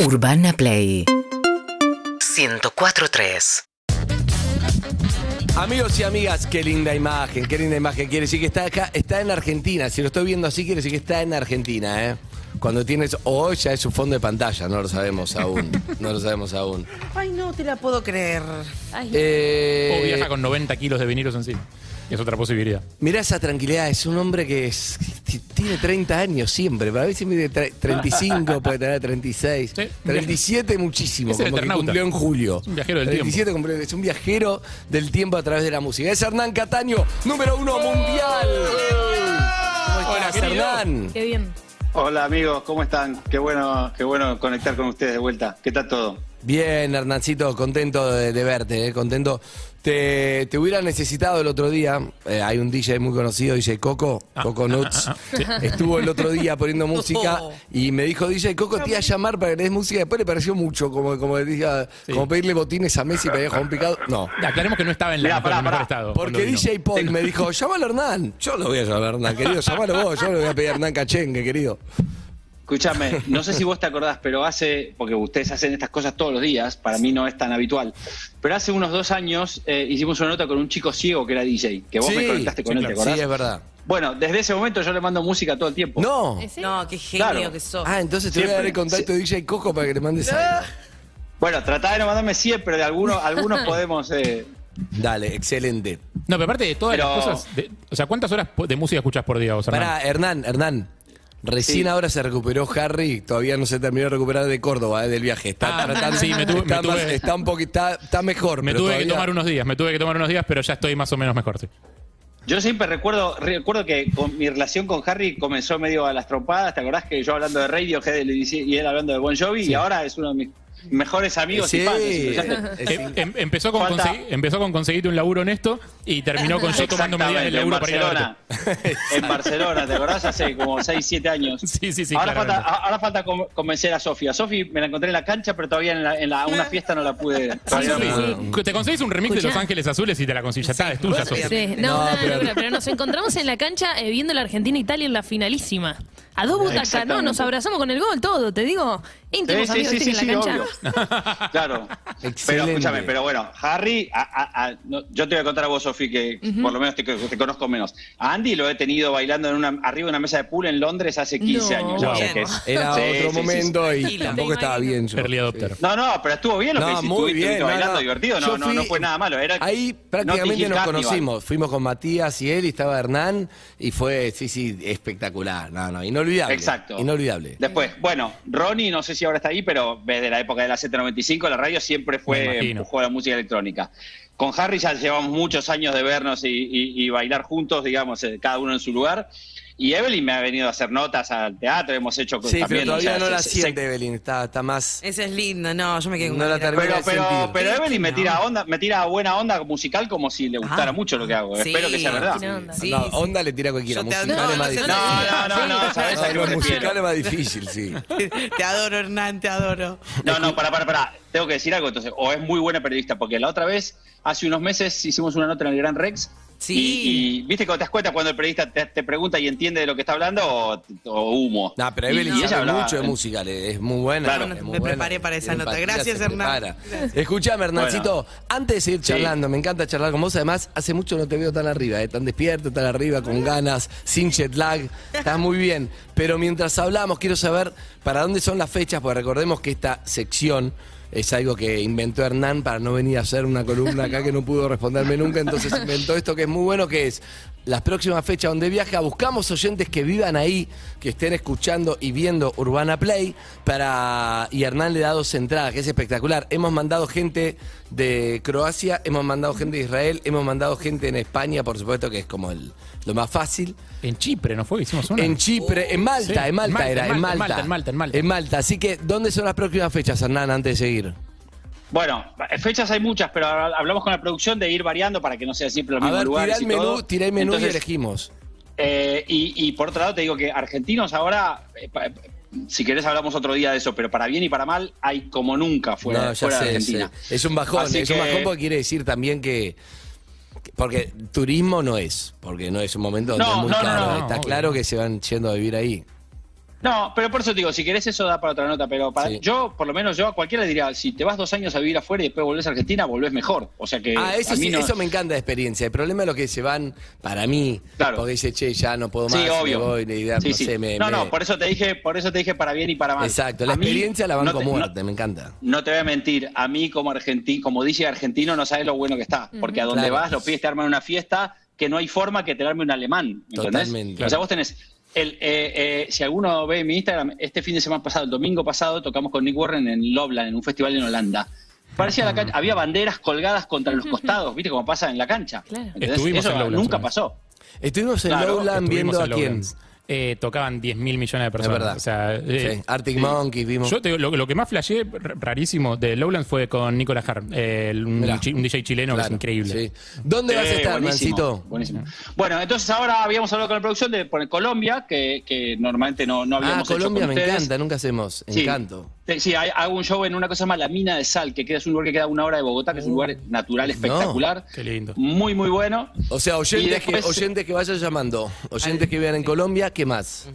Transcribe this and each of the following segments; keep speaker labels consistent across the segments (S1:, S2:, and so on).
S1: Urbana Play 104.3
S2: Amigos y amigas, qué linda imagen, qué linda imagen. Quiere decir que está acá, está en Argentina. Si lo estoy viendo así, quiere decir que está en Argentina, ¿eh? Cuando tienes, o ya es su fondo de pantalla, no lo sabemos aún. No lo sabemos aún.
S3: Ay, no te la puedo creer.
S2: Eh,
S4: O viaja con 90 kilos de vinilos encima. Es otra posibilidad.
S2: mirá esa tranquilidad, es un hombre que, es- que tiene 30 años siempre. Para mí se mide tre- 35, puede tener 36.
S4: Sí.
S2: 37 muchísimo,
S4: Es el
S2: como que
S4: Eternauta.
S2: cumplió en julio.
S4: Es un viajero del
S2: 37 cumplió, es un viajero del tiempo a través de la música. Es Hernán Cataño, número uno mundial. ¿Cómo estás,
S4: querido.
S2: Hernán?
S5: Qué bien.
S6: Hola amigos, ¿cómo están? Qué bueno, qué bueno conectar con ustedes de vuelta. ¿Qué tal todo?
S2: Bien, Hernancito, contento de, de verte, eh, contento. Te, te hubiera necesitado el otro día, eh, hay un DJ muy conocido, DJ Coco, Coco Nuts, estuvo el otro día poniendo música
S3: Oh.
S2: y me dijo, DJ Coco, te iba a llamar para que le des música, después le pareció mucho, como, como, le diga, como pedirle botines a Messi para que Juan Picado, no.
S4: Aclaremos que no estaba en la
S6: Mirá,
S4: mejor,
S6: pará,
S4: el mejor
S6: pará.
S4: estado. cuando
S2: Porque
S4: vino.
S2: DJ Paul me dijo, llámalo a Hernán. Yo lo voy a llamar a Hernán, querido, llámalo vos, yo le voy a pedir a Hernán Cachengue, querido.
S6: Escúchame, no sé si vos te acordás, pero hace, porque ustedes hacen estas cosas todos los días, para mí no es tan habitual, pero hace unos dos años eh, hicimos una nota con un chico ciego que era DJ, que vos
S2: Sí,
S6: me conectaste con
S2: sí,
S6: él,
S2: claro.
S6: ¿te acordás?
S2: Sí, es verdad.
S6: Bueno, desde ese momento yo le mando música todo el tiempo.
S2: No.
S5: ¿En serio?
S3: No, qué genio
S6: Claro.
S3: que sos.
S2: Ah, entonces te voy a dar el
S6: Siempre.
S2: contacto de DJ Coco para que le mandes algo.
S6: Bueno, tratá de no mandarme siempre, de algunos, algunos podemos... eh,
S2: Dale, excelente.
S4: No, pero aparte de todas
S6: Pero-
S4: las cosas. de- o sea, ¿cuántas horas po- de música escuchas por día vos, Hernán?
S2: Pará, Hernán, Hernán. Recién
S6: Sí.
S2: ahora se recuperó Harry, todavía no se terminó de recuperar de Córdoba, eh, del viaje. Está
S4: Ah,
S2: tratando-
S4: sí, me tuve-
S2: está,
S4: me
S2: más-
S4: tuve-
S2: está un poquito, está, está mejor.
S4: me
S2: pero
S4: tuve que
S2: todavía-
S4: tomar unos días, me tuve que tomar unos días, pero ya estoy más o menos mejor. sí.
S6: Yo siempre recuerdo, recuerdo que con- mi relación con Harry comenzó medio a las trompadas. ¿Te acordás que yo hablando de Radiohead le dice- y él hablando de Bon Jovi? Y ahora es uno de mis mejores amigos
S2: Sí.
S6: y fans. es impresionante.
S2: Es
S4: Em- em- empezó, con
S6: Falta-
S4: consegui- empezó con conseguirte un laburo honesto y terminó con yo tomando medidas del
S6: Exactamente, en
S4: laburo para ir a
S6: Barcelona.
S4: verte.
S6: En Barcelona, ¿te acordás? Hace como 6, 7 años.
S4: Sí, sí, sí,
S6: Ahora falta,
S4: claramente.
S6: a- ahora falta con- convencer a Sofía. Sofi me la encontré en la cancha, pero todavía en, la- en la- una fiesta no la pude.
S4: Ah,
S6: todavía no
S4: Sofi,
S6: la-
S4: Te conseguís un remix de
S5: Escuchá.
S4: Los Ángeles Azules y te la consigues. Ya está, es tuya, Sofi.
S5: Sí,
S2: No,
S5: no, una
S2: pero-
S5: locura, pero nos encontramos en la cancha eh, viendo la Argentina-Italia en la finalísima. A dos butacas, ¿no?
S6: Exactamente.
S5: Nos abrazamos con el gol, todo, te digo. Íntimos amigos, ¿viste? en la cancha.
S6: obvio. claro. Pero
S2: Excelente.
S6: escúchame, pero bueno, Harry, a- a- a- no, yo te voy a contar a vos, Sofi, que por lo menos te, te conozco menos. A Andy lo he tenido bailando en una, arriba de una mesa de pool en Londres hace 15
S5: No.
S6: años. ya, o sea
S4: Wow.
S6: que es-
S2: Era
S6: Sí,
S2: otro
S6: sí, sí,
S2: momento
S3: sí.
S2: y
S3: Tranquilo,
S2: tampoco
S5: me
S2: estaba
S5: imagino.
S2: bien. yo.
S4: Early adopter.
S6: No, no, pero estuvo bien lo que
S2: No,
S6: hiciste,
S2: muy
S6: estuviste
S2: bien. no,
S6: bailando
S2: no.
S6: divertido, no,
S2: Yo
S6: no,
S2: fui-
S6: no fue nada malo. Era,
S2: Ahí
S6: no te
S2: prácticamente nos
S6: hiciste caníbal.
S2: conocimos. Fuimos con Matías y él, y estaba Hernán, y fue, sí, sí, espectacular. No, no, inolvidable.
S6: Exacto.
S2: Inolvidable.
S6: Después, bueno, Ronnie, no sé si ahora está ahí, pero desde la época de la 795 la radio siempre
S4: Me
S6: fue
S4: imagino.
S6: empujó a la música electrónica. Con Harry ya llevamos muchos años de vernos y, y- y bailar juntos, digamos, eh, cada uno en su lugar. Y Evelyn me ha venido a hacer notas al teatro, hemos hecho cosas
S2: Sí, pero
S6: también. o
S2: todavía
S6: sea,
S2: no la
S6: se- se-
S2: siente, Evelyn. Está, está más.
S3: Esa es linda. No, yo me quedé con
S2: No la
S3: ganas de ir
S2: termino
S6: Pero,
S2: de sentir.
S6: pero, pero Evelyn me
S3: No.
S6: tira onda, me tira buena onda musical como si le gustara
S2: Ah.
S6: mucho lo que hago.
S3: Sí.
S6: Espero que sea verdad.
S5: Tiene onda.
S3: Sí,
S2: no,
S3: sí.
S2: onda le tira a cualquiera.
S3: Yo te
S2: Musical
S3: adoro,
S2: es más
S3: no se
S2: difícil.
S3: lo
S6: No, no, no, no,
S3: Sí.
S6: sabes a
S2: Algo
S6: qué me refiero.
S2: musical es más difícil, sí.
S3: a- Te adoro, Hernán, te adoro.
S6: No, no, pará, pará, pará. Tengo que decir algo entonces. O es muy buena periodista, porque la otra vez, hace unos meses, hicimos una nota en el Gran Rex.
S3: Sí.
S6: Y, y, viste cuando te das cuenta cuando el periodista te, te pregunta y entiende de lo que está hablando o, o humo.
S2: No, pero Evelyn
S6: Y- y ella
S2: sabe
S6: hablaba-
S2: mucho de música, le- es muy buena.
S6: Claro.
S2: es muy
S3: Me preparé para esa
S2: Tiene
S3: nota.
S2: empatía,
S3: Gracias,
S2: se
S3: Hernán.
S2: prepara. Escuchame, Hernancito, antes de seguir
S6: Sí.
S2: charlando, me encanta charlar con vos. Además, hace mucho no te veo tan arriba, eh, tan despierto, tan arriba, con ganas, sin jet lag. Estás muy bien. Pero mientras hablamos, quiero saber para dónde son las fechas, porque recordemos que esta sección. Es algo que inventó Hernán para no venir a hacer una columna acá que no pudo responderme nunca, entonces inventó esto que es muy bueno, que es las próximas fechas donde viaja, buscamos oyentes que vivan ahí, que estén escuchando y viendo Urbana Play, para y Hernán le da dos entradas, que es espectacular. Hemos mandado gente de Croacia, hemos mandado gente de Israel, hemos mandado gente en España, por supuesto que es como el, lo más fácil.
S4: En Chipre, ¿no fue? que Hicimos una.
S2: En Chipre, en Malta,
S4: Sí,
S2: en Malta,
S4: Malta,
S2: era,
S4: en
S2: en
S4: Malta,
S2: Malta.
S4: en Malta, en Malta.
S2: En Malta. Así que, ¿dónde son las próximas fechas, Hernán, antes de seguir?
S6: Bueno, fechas hay muchas, pero hablamos con la producción de ir variando para que no sea siempre los
S2: A
S6: mismos
S2: ver,
S6: lugares.
S2: tirá el
S6: y
S2: menú,
S6: todo.
S2: tirá el menú y
S6: Entonces,
S2: elegimos.
S6: Eh, y, y por otro lado, te digo que argentinos ahora, eh, pa- eh, si querés, hablamos otro día de eso, pero para bien y para mal, hay como nunca fuera,
S2: no, ya
S6: fuera de
S2: sé,
S6: Argentina.
S2: sé. Es un bajón,
S6: Así
S2: es un
S6: que-
S2: bajón porque quiere decir también que. que- Porque turismo no es, porque no es un momento donde
S6: No,
S2: es muy
S6: no, no,
S2: caro.
S4: no,
S2: Está
S4: obvio.
S2: claro que se van yendo a vivir ahí.
S6: No, pero por eso te digo, si querés eso da para otra nota, pero para
S2: Sí.
S6: yo, por lo menos yo a cualquiera le diría, si te vas dos años a vivir afuera y después volvés a Argentina, volvés mejor. O sea que
S2: Ah, eso
S6: Eh, a mí
S2: sí,
S6: no-
S2: eso me encanta de experiencia. El problema es lo que se van para mí.
S6: Claro.
S2: Porque dice, che, ya no puedo más,
S6: Sí, obvio.
S2: me voy, ni idea,
S6: Sí,
S2: no
S6: sí.
S2: sé, me-
S6: no,
S2: me-
S6: no, por eso te dije, por eso te dije para bien y para mal.
S2: Exacto, la
S6: A mí,
S2: experiencia la
S6: no
S2: banco
S6: te-
S2: muerte,
S6: no-
S2: me encanta.
S6: No te voy a mentir, a mí como argentino, como dice argentino, no sabes lo bueno que está, porque a donde
S2: Claro.
S6: vas los pies te arman una fiesta que no hay forma que te la arme un alemán, ¿me ¿entendés?
S2: Totalmente.
S6: O sea, vos tenés, el, eh, eh, si alguno ve mi Instagram, este fin de semana pasado, el domingo pasado, tocamos con Nick Warren en Loblan, en un festival en Holanda. Parecía la cancha, había banderas colgadas contra los costados, ¿viste? Como pasa en la cancha.
S5: Claro.
S6: ¿entendés?
S4: Estuvimos
S6: Eso
S4: en Lowlands
S6: nunca
S4: una vez.
S6: pasó.
S2: Estuvimos en
S6: Claro,
S2: Lowland
S4: Estuvimos
S2: viendo a
S4: en
S2: quién.
S4: Lowlands. Eh, tocaban 10 mil millones de personas.
S2: verdad.
S4: O sea, eh,
S2: Sí, Arctic Monkeys vimos.
S4: Yo te digo, lo, lo que más flasheé, r- rarísimo, de Lowlands fue con Nicolas Hart, eh, el- un,
S2: Mirá.
S4: chi- un DJ chileno
S2: Claro,
S4: que es increíble.
S2: sí. ¿Dónde vas a
S6: Eh,
S2: estar,
S6: buenísimo,
S2: Mancito?
S6: buenísimo. Bueno, entonces ahora habíamos hablado con la producción de por Colombia, que, que normalmente no, no
S2: Ah,
S6: habíamos hecho
S2: Colombia
S6: con
S2: me
S6: ustedes.
S2: encanta, nunca hacemos.
S6: Sí.
S2: Encanto.
S6: Eh, Sí, hay- hago un show en una cosa más, La Mina de Sal, que queda, es un lugar que queda a una hora de Bogotá, que es un lugar natural espectacular.
S4: Qué lindo.
S2: Mm.
S6: Muy, muy bueno.
S2: O sea, oyentes,
S6: Y después-
S2: que, oyentes que vayan llamando, oyentes que vean en Colombia, ¿qué más?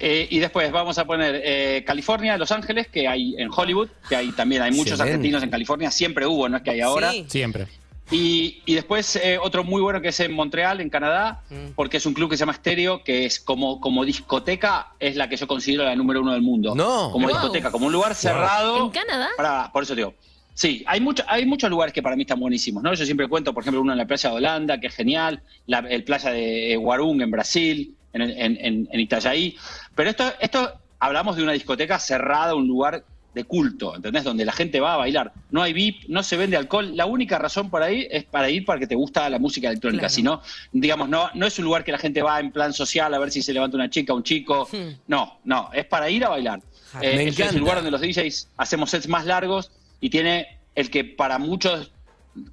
S6: Eh, y después vamos a poner eh, California, Los Ángeles, que hay en Hollywood, que hay también hay muchos
S2: Excelente.
S6: argentinos en California, siempre hubo, no es que hay ahora.
S3: Sí.
S4: Siempre.
S6: Y, y después eh, otro muy bueno que es en Montreal, en Canadá, porque es un club que se llama Stereo, que es como, como discoteca, es la que yo considero la número uno del mundo.
S2: No.
S6: Como
S5: Wow.
S6: discoteca, como un lugar cerrado.
S5: ¿En Canadá?
S6: Pará, por eso te digo. Sí, hay, mucho, hay muchos lugares que para mí están buenísimos, ¿no? Yo siempre cuento, por ejemplo, uno en la playa de Holanda, que es genial, la el playa de eh, Guarung en Brasil, en, en, en- en Itajaí. Pero esto, esto, hablamos de una discoteca cerrada, un lugar de culto, ¿entendés? Donde la gente va a bailar. No hay VIP, no se vende alcohol. La única razón para ir es para ir para que te gusta la música electrónica.
S3: Claro.
S6: Si no, digamos, no, no es un lugar que la gente va en plan social a ver si se levanta una chica, un chico. No, no, es para ir a bailar.
S3: Ja.
S6: Eh,
S2: Me
S6: eso es
S2: encanta.
S6: el lugar donde los DJs hacemos sets más largos y tiene el que para muchos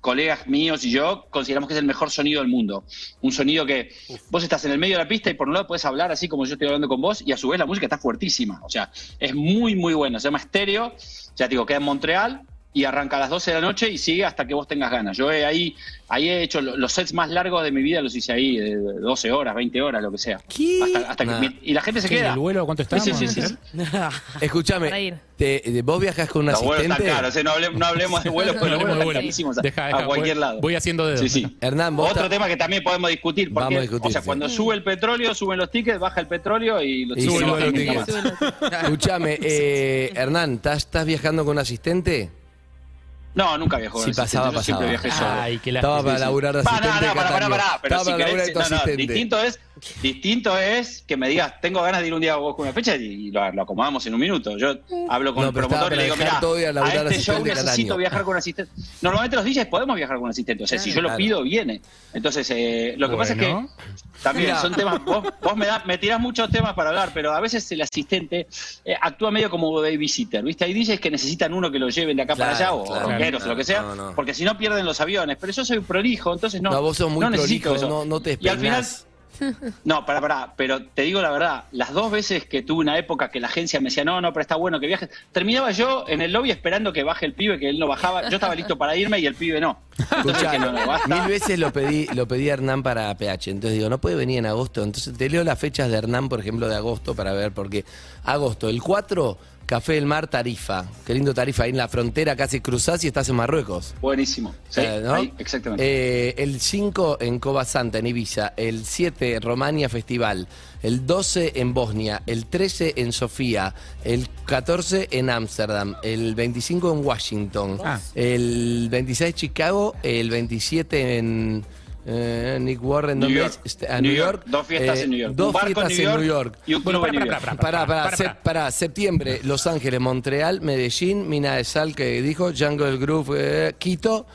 S6: colegas míos y yo consideramos que es el mejor sonido del mundo. Un sonido que vos estás en el medio de la pista y por un lado puedes hablar así como yo estoy hablando con vos y a su vez la música está fuertísima. O sea, es muy, muy bueno. Se llama Estéreo, ya te digo, queda en Montreal y arranca a las 12 de la noche y sigue hasta que vos tengas ganas. Yo he, ahí, ahí he hecho lo- los sets más largos de mi vida, los hice ahí, de 12 horas, 20 horas, lo que sea. Hasta, hasta que-
S2: Nah.
S6: mi- y la gente se
S4: ¿Qué,
S6: queda.
S4: ¿El vuelo cuánto está?
S6: Sí, sí,
S2: ¿eh?
S6: sí, sí.
S5: Para ir.
S2: Escúchame, te- eh, ¿vos viajas con un
S6: Los vuelos
S2: asistente?
S6: están caros, eh, no, hablemos, no hablemos de vuelos, pero los vuelos están carísimos a,
S4: Deja,
S6: a
S4: deja,
S6: cualquier
S4: voy-
S6: lado.
S4: Voy haciendo dedos.
S6: Sí, sí.
S2: Hernán, vos
S6: Otro
S2: ta-
S6: tema que también podemos discutir, porque
S2: Vamos a discutir,
S6: o sea,
S2: sí.
S6: cuando sube el petróleo, suben los tickets, baja el petróleo y los
S2: Y
S6: tickets
S2: suben
S6: no
S2: los
S6: bajan
S2: tickets.
S6: nunca más.
S2: escúchame, eh, Hernán, ¿estás, estás viajando con un asistente?
S6: No, nunca viajó.
S2: Si pasaba,
S6: Yo
S2: pasaba.
S6: siempre
S2: Ah.
S6: viajé solo.
S4: Ay, qué
S2: Estaba
S4: lástima.
S2: para laburar de
S6: Pará,
S2: asistente. de
S6: no, pará, pará,
S2: Catania.
S6: pará, pero
S2: Estaba
S6: si
S2: para laburar
S6: querés,
S2: de tu
S6: no, no,
S2: asistente.
S6: distinto es, distinto es que me digas, tengo ganas de ir un día a vos con una fecha y lo, lo acomodamos en un minuto. Yo hablo con
S2: No,
S6: el
S2: pero
S6: promotor y
S2: estaba
S6: le digo,
S2: para dejar
S6: mira,
S2: todo y a
S6: a,
S2: laburar
S6: este show
S2: asistente cada
S6: necesito
S2: año".
S6: viajar con un asistente. Normalmente los DJs podemos viajar con un asistente, o sea, si yo lo
S2: Claro.
S6: pido, viene. Entonces, eh, lo que pasa es que
S4: Bueno.
S6: también
S2: Mira.
S6: son temas, vos, vos me, das- me tirás muchos temas para hablar, pero a veces el asistente eh, actúa medio como babysitter, ¿viste? Hay DJs que necesitan uno que lo lleven de acá
S2: Claro,
S6: para allá, o
S2: claro,
S6: rockeros,
S2: claro.
S6: o lo que sea,
S2: No, no.
S6: porque si no pierden los aviones. Pero yo soy prolijo, entonces no
S2: No, vos sos muy
S6: necesito
S2: prolijo,
S6: eso.
S2: no, no te
S6: Y al final,
S2: despeinás.
S6: no, pará, pará, pero te digo la verdad, las dos veces que tuve una época que la agencia me decía, no, no, pero está bueno que viajes, terminaba yo en el lobby esperando que baje el pibe, que él no bajaba, yo estaba listo para irme y el pibe no. Entonces dije, no, no, basta.
S2: Mil veces lo pedí, lo pedí a Hernán para PH. Entonces digo, no puede venir en agosto. Entonces te leo las fechas de Hernán, por ejemplo, de agosto para ver, porque agosto, el 4, Café del Mar, Tarifa. Qué lindo Tarifa, ahí en la frontera casi cruzás y estás en Marruecos.
S6: Buenísimo. Sí,
S2: Eh, ¿no?
S6: ahí, exactamente.
S2: Eh, el 5 en Cova Santa, en Ibiza. El 7 Romania Festival. El 12 en Bosnia. El 13 en Sofía. El 14 en Ámsterdam. El 25 en Washington.
S4: Ah.
S2: El 26 Chicago. El 27 en. eh, Nick Warren,
S6: New
S2: ¿dónde
S6: York.
S2: es? Este, a
S6: New York, dos fiestas
S2: Eh,
S6: en New York.
S2: Dos
S6: un barco
S2: fiestas
S6: en New York, y un
S4: Bueno,
S6: club en
S4: pará,
S6: New York.
S4: pará, pará,
S2: Pará, pará,
S4: pará,
S2: sep-
S4: pará.
S2: pará, septiembre, Los Ángeles, Montreal, Medellín, Mina de Sal, que dijo, Jungle Groove, eh, Quito,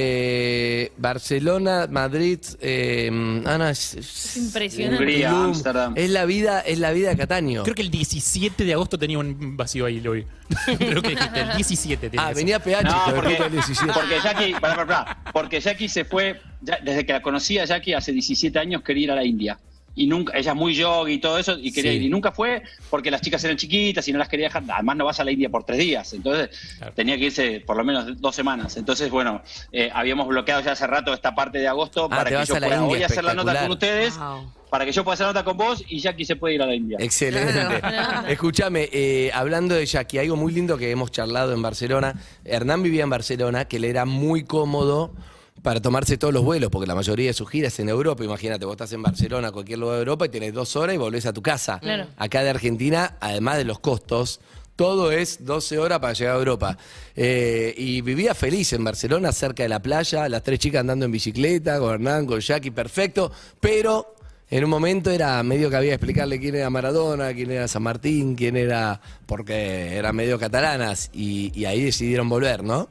S2: eh, Barcelona, Madrid, eh, ah, no, es, es-
S5: Impresionante.
S6: Hungría,
S2: Tulum.
S6: Ámsterdam.
S2: Es la vida, es la vida de Cataño.
S4: Creo que el 17 de agosto tenía un vacío ahí, lo vi. Creo que dijiste, el 17. tiene
S2: ah,
S4: que ser.
S2: venía PH,
S6: No,
S2: hijo de
S6: porque,
S2: puta, el 17.
S6: porque Jackie, pará, pará, pará, porque Jackie se fue, ya- desde que la conocí a Jackie hace 17 años quería ir a la India. y nunca, ella es muy yogi y todo eso, y quería
S2: Sí.
S6: ir, y nunca fue porque las chicas eran chiquitas y no las quería dejar, además no vas a la India por tres días, entonces
S4: Claro.
S6: tenía que irse por lo menos dos semanas, entonces bueno, eh, habíamos bloqueado ya hace rato esta parte de
S2: Ah,
S6: agosto
S2: te
S6: para que
S2: vas
S6: yo
S2: a la
S6: pueda
S2: India,
S6: hoy hacer la nota
S2: espectacular.
S6: con ustedes,
S3: Wow.
S6: para que yo pueda hacer la nota con vos y Jackie se puede ir a la India.
S2: Excelente. Escúchame, eh, hablando de Jackie, algo muy lindo que hemos charlado en Barcelona. Hernán vivía en Barcelona, que le era muy cómodo para tomarse todos los vuelos, porque la mayoría de sus giras es en Europa. Imagínate, vos estás en Barcelona, cualquier lugar de Europa, y tenés dos horas y volvés a tu casa.
S5: Claro.
S2: Acá de Argentina, además de los costos, todo es 12 horas para llegar a Europa. Eh, y vivía feliz en Barcelona, cerca de la playa, las tres chicas andando en bicicleta, con Hernán, con Jackie, perfecto, pero en un momento era medio que había que explicarle quién era Maradona, quién era San Martín, quién era, porque eran medio catalanas, y, y ahí decidieron volver, ¿no?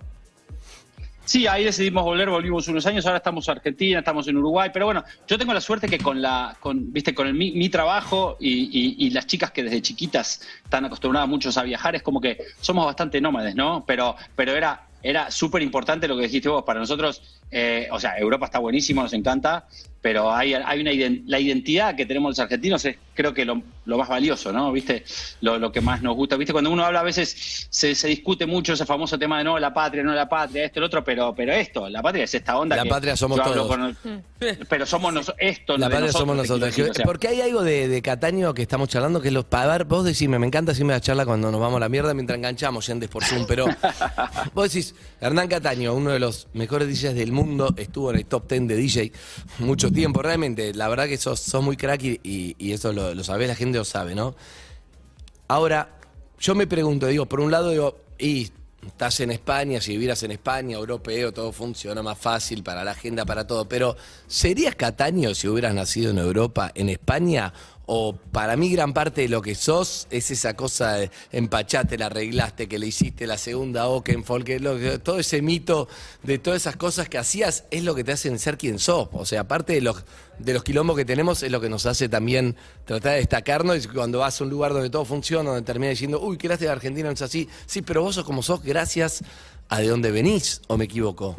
S6: Sí, ahí decidimos volver, volvimos unos años, ahora estamos en Argentina, estamos en Uruguay, pero bueno, yo tengo la suerte que con la, con, viste, con el- mi, mi trabajo y, y- y las chicas que desde chiquitas están acostumbradas muchos a viajar, es como que somos bastante nómades, ¿no? Pero, pero era, era súper importante lo que dijiste vos, para nosotros, eh, o sea, Europa está buenísimo, nos encanta, pero hay, hay una iden- la identidad que tenemos los argentinos es creo que lo, lo más valioso, ¿no? ¿Viste? Lo, lo que más nos gusta. ¿Viste? Cuando uno habla a veces se, se discute mucho ese famoso tema de no, la patria, no la patria, esto, el otro, pero, pero esto, la patria es esta onda.
S2: La
S6: que
S2: patria somos
S6: yo hablo
S2: todos.
S6: con- pero somos nos- esto,
S2: La
S6: lo de
S2: patria
S6: nosotros,
S2: somos
S6: te
S2: nosotros.
S6: quiero decir, o sea.
S2: Porque hay algo de, de Cataño que estamos charlando que es los para ver, vos decime, me encanta siempre la charla cuando nos vamos a la mierda mientras enganchamos y antes por Zoom, pero vos decís, Hernán Cataño, uno de los mejores DJs del mundo, estuvo en el top 10 de DJ mucho tiempo, realmente, la verdad que sos, sos muy crack y, y- y eso lo, lo sabés, la gente lo sabe, ¿no? Ahora, yo me pregunto, digo, por un lado digo, y estás en España, si vivieras en España, europeo, todo funciona más fácil para la agenda, para todo, pero ¿serías Cataño si hubieras nacido en Europa, en España? O para mí gran parte de lo que sos es esa cosa de empachate, la arreglaste, que le hiciste la segunda Okenfold, este, que lo que- todo ese mito de todas esas cosas que hacías es lo que te hacen ser quien sos. O sea, aparte de los, de los quilombos que tenemos es lo que nos hace también tratar de destacarnos y cuando vas a un lugar donde todo funciona, donde termina diciendo, uy, qué lástima Argentina no es así. Sí, pero vos sos como sos gracias a de dónde venís, ¿o me equivoco?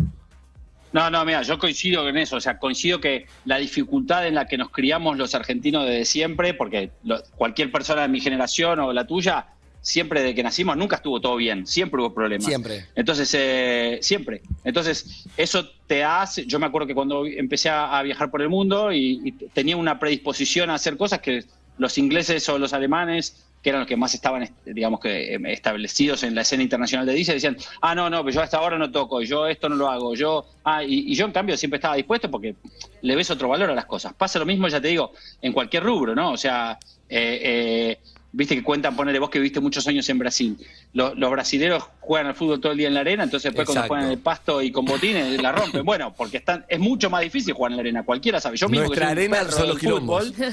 S6: No, no, mira, yo coincido en eso, o sea, coincido que la dificultad en la que nos criamos los argentinos desde siempre, porque lo- cualquier persona de mi generación o la tuya, siempre desde que nacimos nunca estuvo todo bien, siempre hubo problemas.
S2: Siempre.
S6: Entonces, eh, siempre. Entonces, eso te hace, yo me acuerdo que cuando empecé a, a viajar por el mundo y, y tenía una predisposición a hacer cosas que los ingleses o los alemanes que eran los que más estaban, est- digamos que em, establecidos en la escena internacional de DJ, decían, ah, no, no, pero yo hasta ahora no toco, yo esto no lo hago, yo, ah, y, y yo en cambio siempre estaba dispuesto porque le ves otro valor a las cosas. Pasa lo mismo, ya te digo, en cualquier rubro, ¿no? O sea, eh, eh, viste que cuentan, ponele vos que viviste muchos años en Brasil, Lo- los, brasileros juegan al fútbol todo el día en la arena, entonces después
S2: Exacto.
S6: cuando juegan en el pasto y con botines la rompen, bueno, porque están, es mucho más difícil jugar en la arena, cualquiera sabe, yo mismo que
S2: Nuestra
S6: soy un
S2: arena
S6: perro
S2: son los
S6: del
S2: quilombos.
S6: fútbol,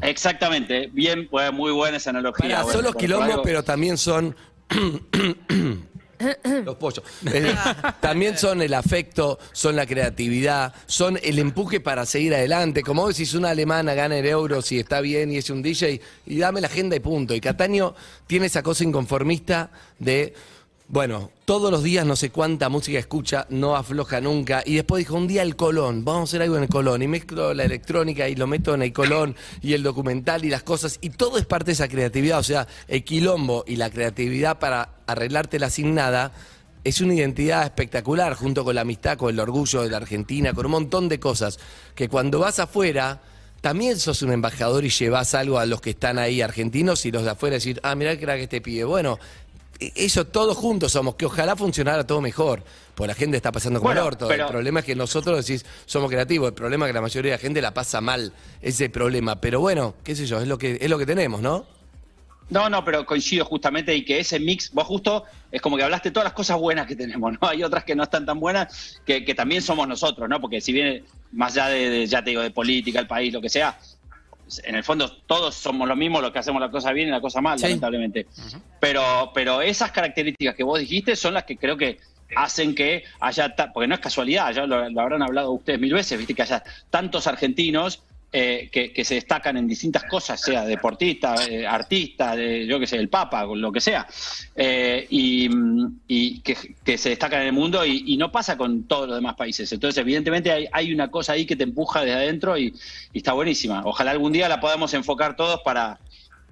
S6: Exactamente, bien, bueno, muy buena esa analogía.
S2: Pará,
S6: bueno,
S2: son los
S6: por-
S2: quilombos,
S6: por algo-
S2: pero también son. Los pollos. Eh, también son el afecto, son la creatividad, son el empuje para seguir adelante. Como vos decís, una alemana gana el euro si está bien y es un DJ, y dame la agenda y punto. Y Cataño tiene esa cosa inconformista de. Bueno, todos los días no sé cuánta música escucha, no afloja nunca. Y después dijo, un día el Colón, vamos a hacer algo en el Colón. Y mezclo la electrónica y lo meto en el Colón y el documental y las cosas. Y todo es parte de esa creatividad. O sea, el quilombo y la creatividad para arreglártela sin nada es una identidad espectacular, junto con la amistad, con el orgullo de la Argentina, con un montón de cosas. Que cuando vas afuera, también sos un embajador y llevas algo a los que están ahí argentinos y los de afuera decir, ah, mirá que era que este pibe. Bueno, e- eso todos juntos somos, que ojalá funcionara todo mejor. Porque la gente está pasando como
S6: Bueno,
S2: el orto.
S6: pero-
S2: El problema es que nosotros decís, somos creativos. El problema es que la mayoría de la gente la pasa mal, ese problema. Pero bueno, qué sé yo, es lo que, es lo que tenemos, ¿no?
S6: No, no, pero coincido justamente y que ese mix, vos justo, es como que hablaste todas las cosas buenas que tenemos, ¿no? Hay otras que no están tan buenas, que, que también somos nosotros, ¿no? Porque si bien, más allá de, de, ya te digo, de política, el país, lo que sea, en el fondo todos somos lo mismo, los que hacemos la cosa bien y la cosa mal,
S2: Sí.
S6: lamentablemente. Pero, pero esas características que vos dijiste son las que creo que hacen que haya, ta- porque no es casualidad, ya lo, lo habrán hablado ustedes mil veces, viste que haya tantos argentinos eh, que, que se destacan en distintas cosas, sea deportista, eh, artista, de- yo que sé, el Papa, o lo que sea, eh, y, mm, y que, que se destacan en el mundo y, y no pasa con todos los demás países. Entonces, evidentemente hay, hay una cosa ahí que te empuja desde adentro y, y está buenísima. Ojalá algún día la podamos enfocar todos para...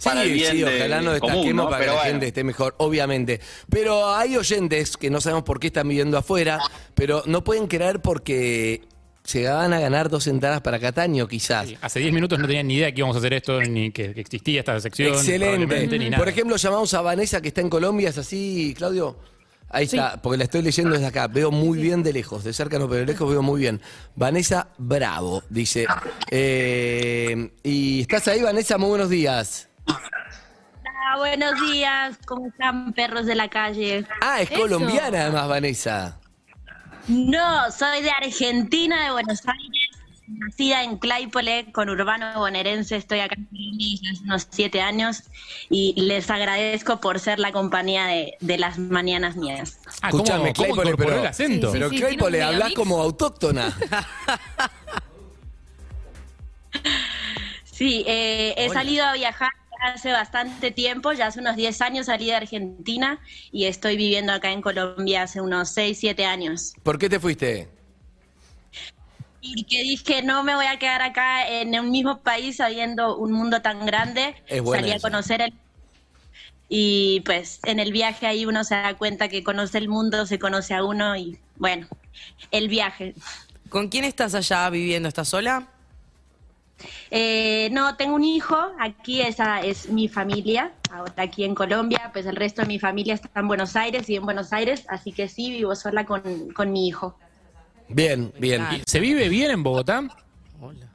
S6: Para el
S2: Sí,
S6: bien
S2: sí,
S6: de-
S2: ojalá nos
S6: común,
S2: destaquemos
S6: ¿no?
S2: para que
S6: Pero
S2: la
S6: bueno.
S2: gente esté mejor, obviamente. Pero hay oyentes que no sabemos por qué están viviendo afuera, pero no pueden creer porque llegaban a ganar dos entradas para Cataño, quizás.
S4: Hace 10 minutos no tenía ni idea que íbamos a hacer esto, ni que que existía esta sección. probablemente, Ni
S2: Excelente.
S4: nada.
S2: Por ejemplo, llamamos a Vanessa que está en Colombia, ¿es así, Claudio? Ahí está, porque la estoy leyendo desde acá. Veo muy bien de lejos, de cerca no, pero de lejos veo muy bien. Vanessa Bravo, dice. Eh, ¿Y estás ahí, Vanessa? Muy buenos días.
S1: Ah, buenos días, ¿cómo están perros de la calle?
S2: Ah, es
S5: Eso.
S2: colombiana además, Vanessa.
S1: No, soy de Argentina, de Buenos Aires, nacida en Claypole, con urbano bonaerense, estoy acá en Colombia desde hace unos siete años y les agradezco por ser la compañía de, de las mañanas mías.
S4: Ah, ¿cómo-
S2: Escuchame,
S4: ¿cómo,
S2: Claypole,
S4: incorporó
S2: pero-
S4: el acento?
S5: Sí,
S2: Pero
S5: sí, tiene
S2: Claypole,
S5: un
S2: habla
S5: megamix.
S2: como autóctona.
S1: Sí, eh, he salido a viajar hace bastante tiempo, ya hace unos 10 años salí de Argentina y estoy viviendo acá en Colombia hace unos 6, 7 años.
S2: ¿Por qué te fuiste?
S1: Porque dije, no me voy a quedar acá en un mismo país sabiendo un mundo tan grande.
S2: Es buena
S1: Salí a
S2: esa.
S1: conocer el... Y pues en el viaje ahí uno se da cuenta que conoce el mundo, se conoce a uno y bueno, el viaje.
S3: ¿Con quién estás allá viviendo? ¿Estás sola?
S1: Eh, no, tengo un hijo, aquí esa es mi familia, ahora aquí en Colombia, pues el resto de mi familia está en Buenos Aires y en Buenos Aires, así que sí, vivo sola con, con mi hijo.
S2: Bien, bien.
S3: Ah.
S4: ¿Se vive bien en Bogotá?
S3: Hola.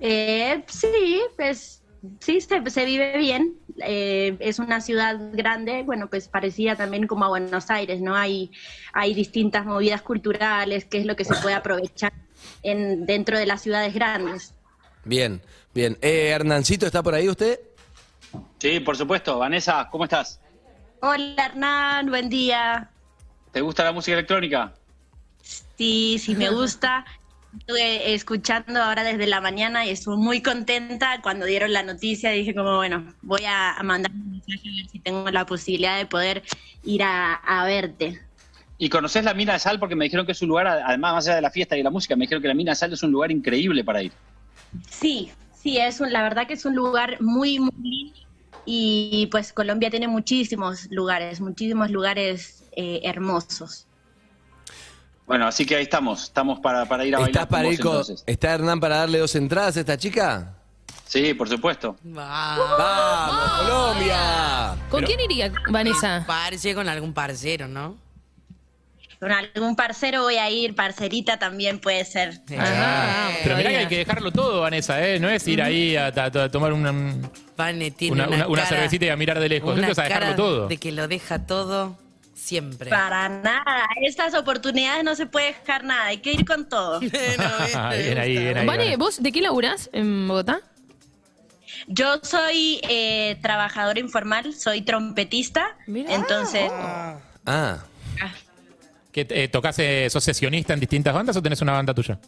S1: Eh, sí, pues sí, se, se vive bien. Eh, es una ciudad grande, bueno, pues parecida también como a Buenos Aires, ¿no? Hay, hay distintas movidas culturales, qué es lo que se puede aprovechar en, dentro de las ciudades grandes.
S2: Bien, bien. Eh, Hernancito, ¿está por ahí usted?
S6: Sí, por supuesto. Vanessa, ¿cómo estás?
S1: Hola Hernán, buen día.
S6: ¿Te gusta la música electrónica?
S1: Sí, sí, me gusta. Estuve escuchando ahora desde la mañana y estuve muy contenta cuando dieron la noticia. Dije como, bueno, voy a a mandar un mensaje a ver si tengo la posibilidad de poder ir a, a verte.
S6: ¿Y conoces la Mina de Sal? Porque me dijeron que es un lugar, además más allá de la fiesta y de la música, me dijeron que la Mina de Sal es un lugar increíble para ir.
S1: Sí, sí, es un, la verdad que es un lugar muy, muy lindo y pues Colombia tiene muchísimos lugares, muchísimos lugares eh, hermosos.
S6: Bueno, así que ahí estamos. Estamos para, para ir a
S2: ¿Estás
S6: bailar con
S2: para
S6: vos,
S2: ir con-
S6: entonces.
S2: ¿Está Hernán para darle dos entradas a esta chica?
S6: Sí, por supuesto.
S3: Va.
S2: ¡Vamos, Colombia!
S5: ¿Con quién iría, Vanessa?
S3: Parce con algún parcero, ¿no?
S1: Con algún parcero voy a ir, parcerita también puede ser.
S6: Ah,
S5: Ajá,
S4: Pero mirá que
S5: todavía.
S4: hay que dejarlo todo, Vanessa, ¿eh? No es ir ahí a, ta- ta- tomar una, un-
S3: Vane tiene
S4: una,
S3: una,
S4: una- una
S3: cara-
S4: cervecita y a mirar de lejos.
S3: una
S4: Esto es a dejarlo
S3: cara
S4: todo.
S3: De que lo deja todo siempre.
S1: Para nada, estas oportunidades no se puede dejar nada, hay que ir con todo.
S4: Ah, bien ahí, bien ahí.
S5: Vane, ¿vos de qué laburás en Bogotá?
S1: Yo soy eh, trabajadora informal, soy trompetista,
S5: Mira.
S1: entonces
S2: Ah,
S4: ¿Que, eh, tocas, eh, ¿Sos sesionista en distintas bandas o tenés una banda tuya?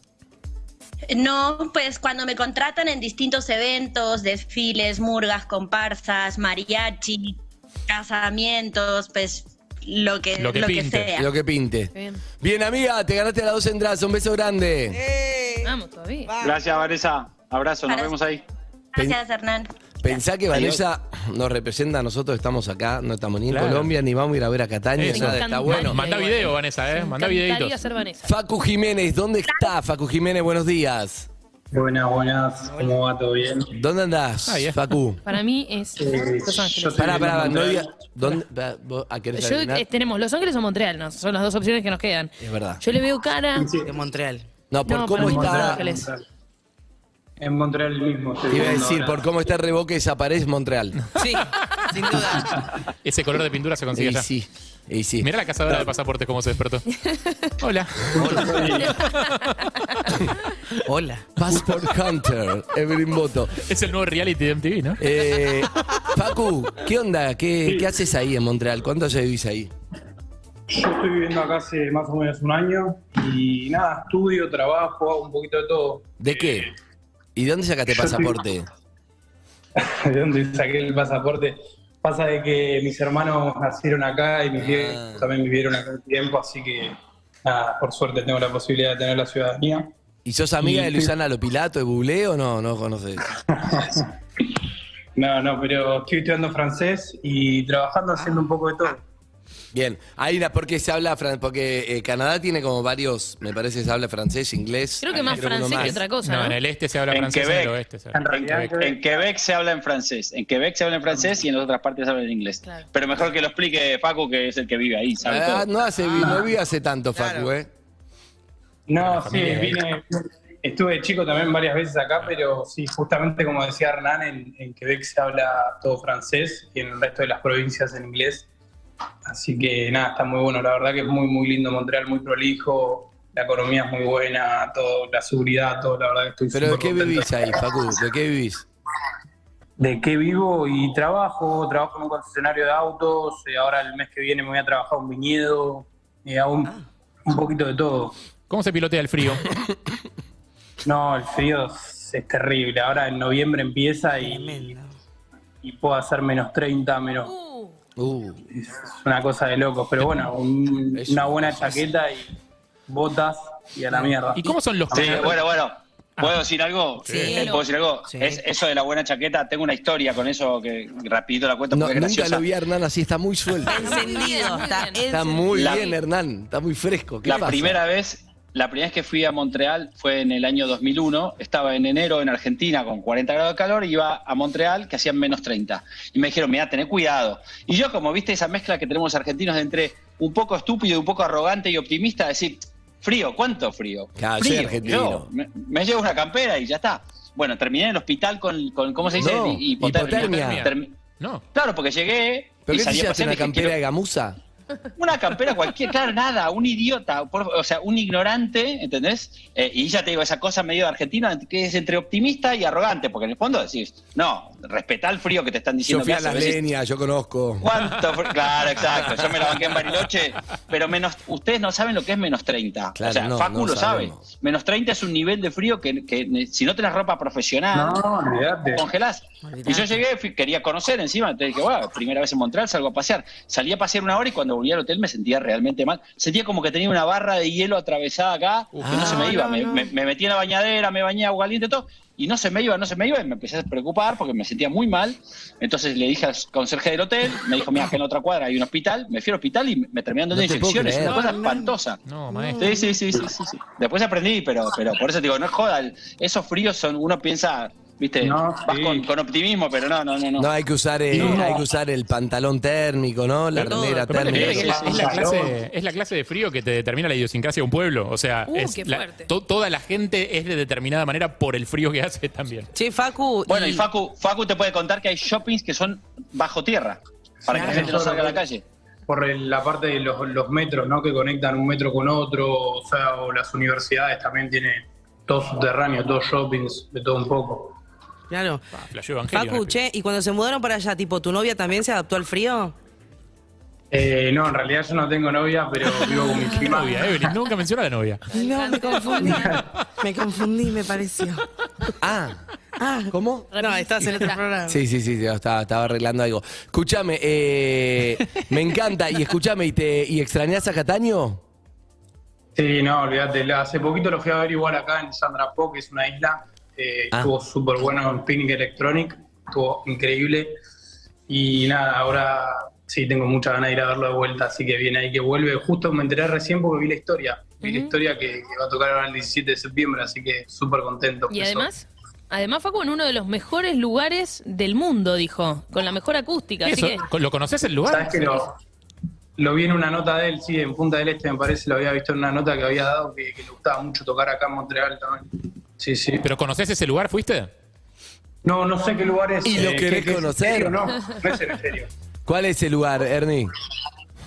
S1: No, pues cuando me contratan en distintos eventos, desfiles, murgas, comparsas, mariachi, casamientos, pues lo que,
S4: Lo que pinte.
S1: sea.
S2: lo que pinte.
S5: Bien.
S2: Bien, amiga, te ganaste las dos entradas. Un beso grande.
S5: Vamos todavía.
S6: Gracias, Vanessa. Abrazo, nos
S1: Abrazo.
S6: vemos ahí.
S1: Gracias, Hernán.
S2: Pensá que Vanessa nos representa a nosotros, estamos acá, no estamos ni en
S4: Claro.
S2: Colombia, ni vamos a ir a ver a Cataño,
S4: Eso.
S2: nada, está bueno.
S5: Me
S4: Manda video, Vanessa, ¿eh? Manda
S5: Encantaría
S4: videitos.
S5: ser Vanessa.
S2: Facu Jiménez, ¿dónde está Facu Jiménez? Buenos días.
S7: Buenas, buenas. ¿Cómo va? ¿Todo bien?
S2: ¿Dónde andás,
S4: Ahí está.
S2: Facu?
S5: Para mí es
S7: Eh,
S5: Los
S7: yo
S5: Ángeles.
S7: te-
S2: Pará, pará,
S7: viviendo en
S2: no
S7: Montreal.
S2: digas. ¿Dónde? va- vos- ah, ¿querés
S5: Yo,
S2: adivinar?
S5: eh, tenemos Los Ángeles o Montreal, no, son las dos opciones que nos quedan.
S2: Es verdad.
S5: Yo le veo cara.
S3: De Montreal.
S2: No, por
S5: No,
S2: cómo
S5: para mí
S2: está.
S5: Los Ángeles.
S7: En Montreal mismo. estoy
S2: Iba a
S7: viviendo
S2: decir,
S7: ahora.
S2: por cómo está Revoque desaparece Montreal.
S3: Sí, sin duda.
S4: Ese color de pintura se consigue
S2: Y
S4: allá.
S2: sí, y sí.
S4: Mirá la cazadora de pasaportes cómo se despertó. Hola.
S3: Hola.
S2: Passport Hunter, Evelyn Boto.
S4: Es el nuevo reality de MTV, ¿no?
S2: Eh, Facu, ¿qué onda? ¿Qué, qué haces ahí en Montreal? ¿Cuánto ya vivís ahí?
S7: Yo estoy viviendo acá hace más o menos un año y nada, estudio, trabajo, hago un poquito de todo.
S2: ¿De qué? ¿Y de dónde sacaste
S7: Yo estoy-
S2: pasaporte?
S7: ¿De dónde saqué el pasaporte? Pasa de que mis hermanos nacieron acá y mis
S2: Ah.
S7: viejos también vivieron acá un tiempo, así que nada, por suerte tengo la posibilidad de tener la ciudadanía.
S2: ¿Y sos amiga de
S7: Sí.
S2: Luisana Lopilato de Bublé o no? No conoces.
S7: No, no, pero estoy estudiando francés y trabajando haciendo un poco de todo.
S2: Bien, hay una, porque se habla, fran- porque eh, Canadá tiene como varios, me parece que se habla francés, inglés.
S5: Creo que más
S2: uno
S5: francés que otra cosa.
S4: No,
S5: No,
S4: en el este se habla
S6: En
S4: francés, en el
S6: Quebec.
S4: oeste se
S7: En
S4: habla.
S7: realidad,
S4: Quebec.
S7: creo-
S6: En Quebec se habla en francés, en Quebec se habla en francés y en otras partes se habla en inglés.
S5: Claro.
S6: Pero mejor que lo explique Facu, que es el que vive ahí, sabe
S2: Ah,
S6: todo.
S2: no hace, no vive hace tanto,
S3: Claro.
S2: Facu, ¿eh?
S7: No,
S4: la
S7: sí,
S4: familia ahí.
S7: vine, estuve chico también varias veces acá, pero sí, justamente como decía Hernán, en, en Quebec se habla todo francés y en el resto de las provincias en inglés. Así que nada, está muy bueno, la verdad que es muy, muy lindo Montreal, muy prolijo, la economía es muy buena, todo, la seguridad, todo, la verdad que estoy
S2: Pero ¿de
S7: súper
S2: qué
S7: contento.
S2: vivís ahí, Facu? ¿De qué vivís?
S7: ¿De qué vivo? Y trabajo, trabajo en un concesionario de autos, eh, ahora el mes que viene me voy a trabajar a un viñedo, eh, hago un-
S2: Ah.
S7: un poquito de todo.
S4: ¿Cómo se pilotea el frío?
S7: No, el frío es, es terrible. Ahora en noviembre empieza y,
S3: Tremendo.
S7: y puedo hacer menos 30, menos.
S5: Uh,
S2: Uh,
S7: Es una cosa de locos. Pero bueno, un-
S2: Es
S7: una
S2: una
S7: buena
S2: cosa.
S7: chaqueta y botas y a la mierda.
S4: ¿Y cómo son los
S6: Sí,
S2: Ah.
S4: canadienses?
S6: bueno, bueno. ¿Puedo decir algo?
S3: Sí.
S6: Eh, ¿Puedo decir algo?
S3: Sí.
S6: Es, eso de la buena chaqueta, tengo una historia con eso que rapidito la cuento
S2: no,
S6: porque es
S2: nunca
S6: graciosa.
S2: lo vi a Hernán así, está muy suelto.
S3: Encendido. Está,
S2: Está muy
S6: La-
S2: bien, Hernán, está muy fresco. ¿Qué
S6: La
S2: pasa?
S6: primera vez, la primera vez que fui a Montreal fue en el año 2001. Estaba en enero en Argentina con 40 grados de calor y iba a Montreal que hacían menos 30. Y me dijeron, mira, tené cuidado. Y yo, como viste esa mezcla que tenemos los argentinos de entre un poco estúpido, un poco arrogante y optimista, decir, frío, ¿cuánto frío?
S2: Claro, soy
S6: frío.
S2: argentino.
S6: Yo, me, me llevo una campera y ya está. Bueno, terminé en el hospital con, con ¿cómo se dice?
S2: No, hipotermia.
S6: Termi-
S4: No.
S6: Claro, porque llegué
S2: ¿Pero qué
S6: y
S2: te
S6: salí a
S2: llevaste
S6: pasear y
S2: una
S6: dije,
S2: campera
S6: "Quiero-
S2: de gamuza?
S6: una campera cualquiera, claro, nada, un idiota, por- o sea, un ignorante, ¿entendés? Eh, y ya te digo, esa cosa medio argentina que es entre optimista y arrogante, porque en el fondo decís, no, respetá el frío que te están
S2: Yo
S6: diciendo
S2: fui
S6: que
S2: a
S6: hace,
S2: las
S6: decís,
S2: leñas, yo conozco.
S6: ¿Cuánto fr- Claro, exacto. Yo me la banqué en Bariloche, pero menos, ustedes no saben lo que es menos 30.
S2: Claro,
S6: o sea,
S2: no,
S6: Facu
S2: no
S6: lo sabe.
S2: sabemos.
S6: Menos 30 es un nivel de frío que, que si no tenés ropa profesional,
S7: No, olvídate.
S6: congelás.
S3: Olvidate.
S6: Y yo llegué, fui- quería conocer encima, entonces dije, bueno, primera vez en Montreal, salgo a pasear. Salí a pasear una hora y cuando volví al hotel me sentía realmente mal. Sentía como que tenía una barra de hielo atravesada acá, que no se
S2: Ah,
S6: me iba. me, me- me metí en la bañadera, me bañé agua caliente, todo, y no se me iba, no se me iba, y me empecé a preocupar porque me sentía muy mal. Entonces le dije al conserje del hotel, me dijo, mira, que en la otra cuadra hay un hospital, me fui al hospital y me terminaron dando
S2: No te puedo
S6: inyecciones,
S2: creer.
S6: una cosa espantosa.
S4: No, maestro.
S6: Sí, sí, sí, sí, sí, sí. Después aprendí, pero, pero por eso te digo, no es joda. el- Esos fríos son, uno piensa, viste,
S7: No,
S6: vas
S7: sí.
S6: con, con optimismo, pero no, no, no, no.
S2: No, hay que usar el,
S7: No.
S2: hay que usar el pantalón térmico, ¿no? La
S3: Todo.
S2: remera
S4: Pero aparte,
S2: térmica.
S4: es, la- es la clase, es la clase de frío que te determina la idiosincrasia de un pueblo. O sea,
S5: Uh,
S4: es
S5: qué
S4: la-
S5: fuerte.
S4: to- toda la gente es de determinada manera por el frío que hace también.
S3: Che, Facu.
S6: Bueno, y Facu, Facu te puede contar que hay shoppings que son bajo tierra, para que la gente no salga a la calle.
S7: Por el- la parte de los, los metros, ¿no? Que conectan un metro con otro, o sea, o las universidades también tienen todo subterráneo, todo shoppings, de todo un poco.
S3: Claro.
S4: Flasheo Evangelion,
S3: Facu,
S4: el
S3: che, y cuando se mudaron para allá, tipo, ¿tu novia también se adaptó al frío?
S7: Eh, no, en realidad yo no tengo novia, pero vivo con mi prima.
S4: pibe. Novia, Evelyn, nunca menciona a la novia.
S3: No, me confundí. me confundí, me pareció.
S2: Ah,
S3: Ah,
S2: ¿cómo?
S3: no, estás en otro programa.
S2: Sí, sí, sí, sí, estaba, estaba arreglando algo. Escúchame, eh, me encanta. Y escúchame, ¿y, te, ¿y extrañás a Cataño?
S7: Sí, no, olvídate. La- Hace poquito lo fui a ver igual acá en Sandra Po, que es una isla. Eh,
S2: Ah.
S7: Estuvo súper bueno en Picnic Electronic. Estuvo increíble. Y nada, ahora sí tengo mucha ganas de ir a verlo de vuelta, así que viene ahí que vuelve. Justo me enteré recién porque vi la historia. Vi la historia que, que va a tocar ahora el 17 de septiembre, así que súper contento.
S5: y
S7: por eso.
S5: además, además Facu en uno de los mejores lugares del mundo, dijo, con la mejor acústica.
S4: ¿Y
S5: Así
S4: eso?
S5: que
S4: ¿Lo conoces el
S7: ¿Sabes
S4: lugar?
S7: que lo, lo vi en una nota de él? Sí, en Punta del Este me parece, lo había visto en una nota que había dado que, que le gustaba mucho tocar acá en Montreal también. Sí, sí.
S4: ¿Pero conoces ese lugar? ¿Fuiste?
S7: No, no sé qué lugar es.
S2: Y lo
S7: que-
S2: querés
S7: que- que-
S2: conocer.
S7: ¿en serio? No, no es en serio.
S2: ¿Cuál es el lugar, Ernie?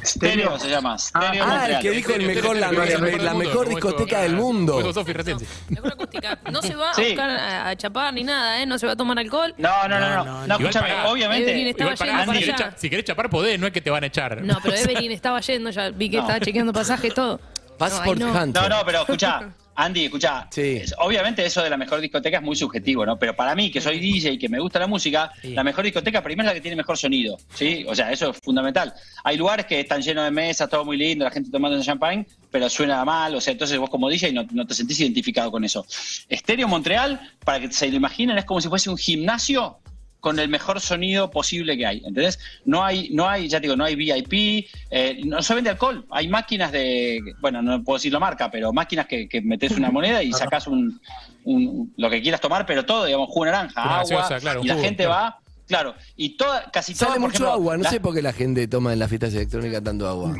S6: Stereo se llama, Stereo
S2: Ah, el
S6: Montreal.
S2: que dijo el mejor, la, la mejor discoteca del
S4: Como dijo
S2: mundo.
S4: Sofi recién, sí.
S5: mejor acústica. No se va a
S6: Sí.
S5: buscar a, a chapar ni nada, ¿eh? No se va a tomar alcohol.
S6: No, no, no, no, no,
S4: Igual
S6: escúchame,
S4: pará.
S5: Evelyn
S6: obviamente.
S5: está- Estaba
S4: Igual, pará,
S5: yendo para
S4: si, querés
S5: allá.
S4: cha- si querés chapar, podés, no es que te van a echar.
S5: No, pero Evelyn estaba yendo, ya vi que
S6: No.
S5: estaba chequeando pasajes, todo. No, ay,
S2: Passport
S5: no.
S2: Hunter.
S6: No, no, pero escuchá, Andy, escucha,
S2: Sí.
S6: obviamente eso de la mejor discoteca es muy subjetivo, ¿no? Pero para mí, que soy DJ y que me gusta la música,
S4: Sí.
S6: la mejor discoteca primero es la que tiene mejor sonido, ¿sí? O sea, eso es fundamental. Hay lugares que están llenos de mesas, todo muy lindo, la gente tomando champagne, pero suena mal, o sea, entonces vos como DJ no, no te sentís identificado con eso. Estéreo Montreal, para que se lo imaginen, es como si fuese un gimnasio con el mejor sonido posible que hay, ¿entendés? No hay, no hay, ya te digo, no hay VIP, eh, no se vende alcohol, hay máquinas de, bueno, no puedo decir la marca, pero máquinas que, que metes una moneda y sacás un, un- lo que quieras tomar, pero todo, digamos, jugo de naranja,
S4: Una
S6: agua,
S4: gaseosa, claro, un
S6: y la
S4: jugo,
S6: gente
S4: claro.
S6: va, claro, y toda, casi toda,
S2: Sale
S6: por
S2: mucho
S6: ejemplo,
S2: agua, no
S6: la-
S2: sé por qué la gente toma en las fiestas electrónicas tanto agua.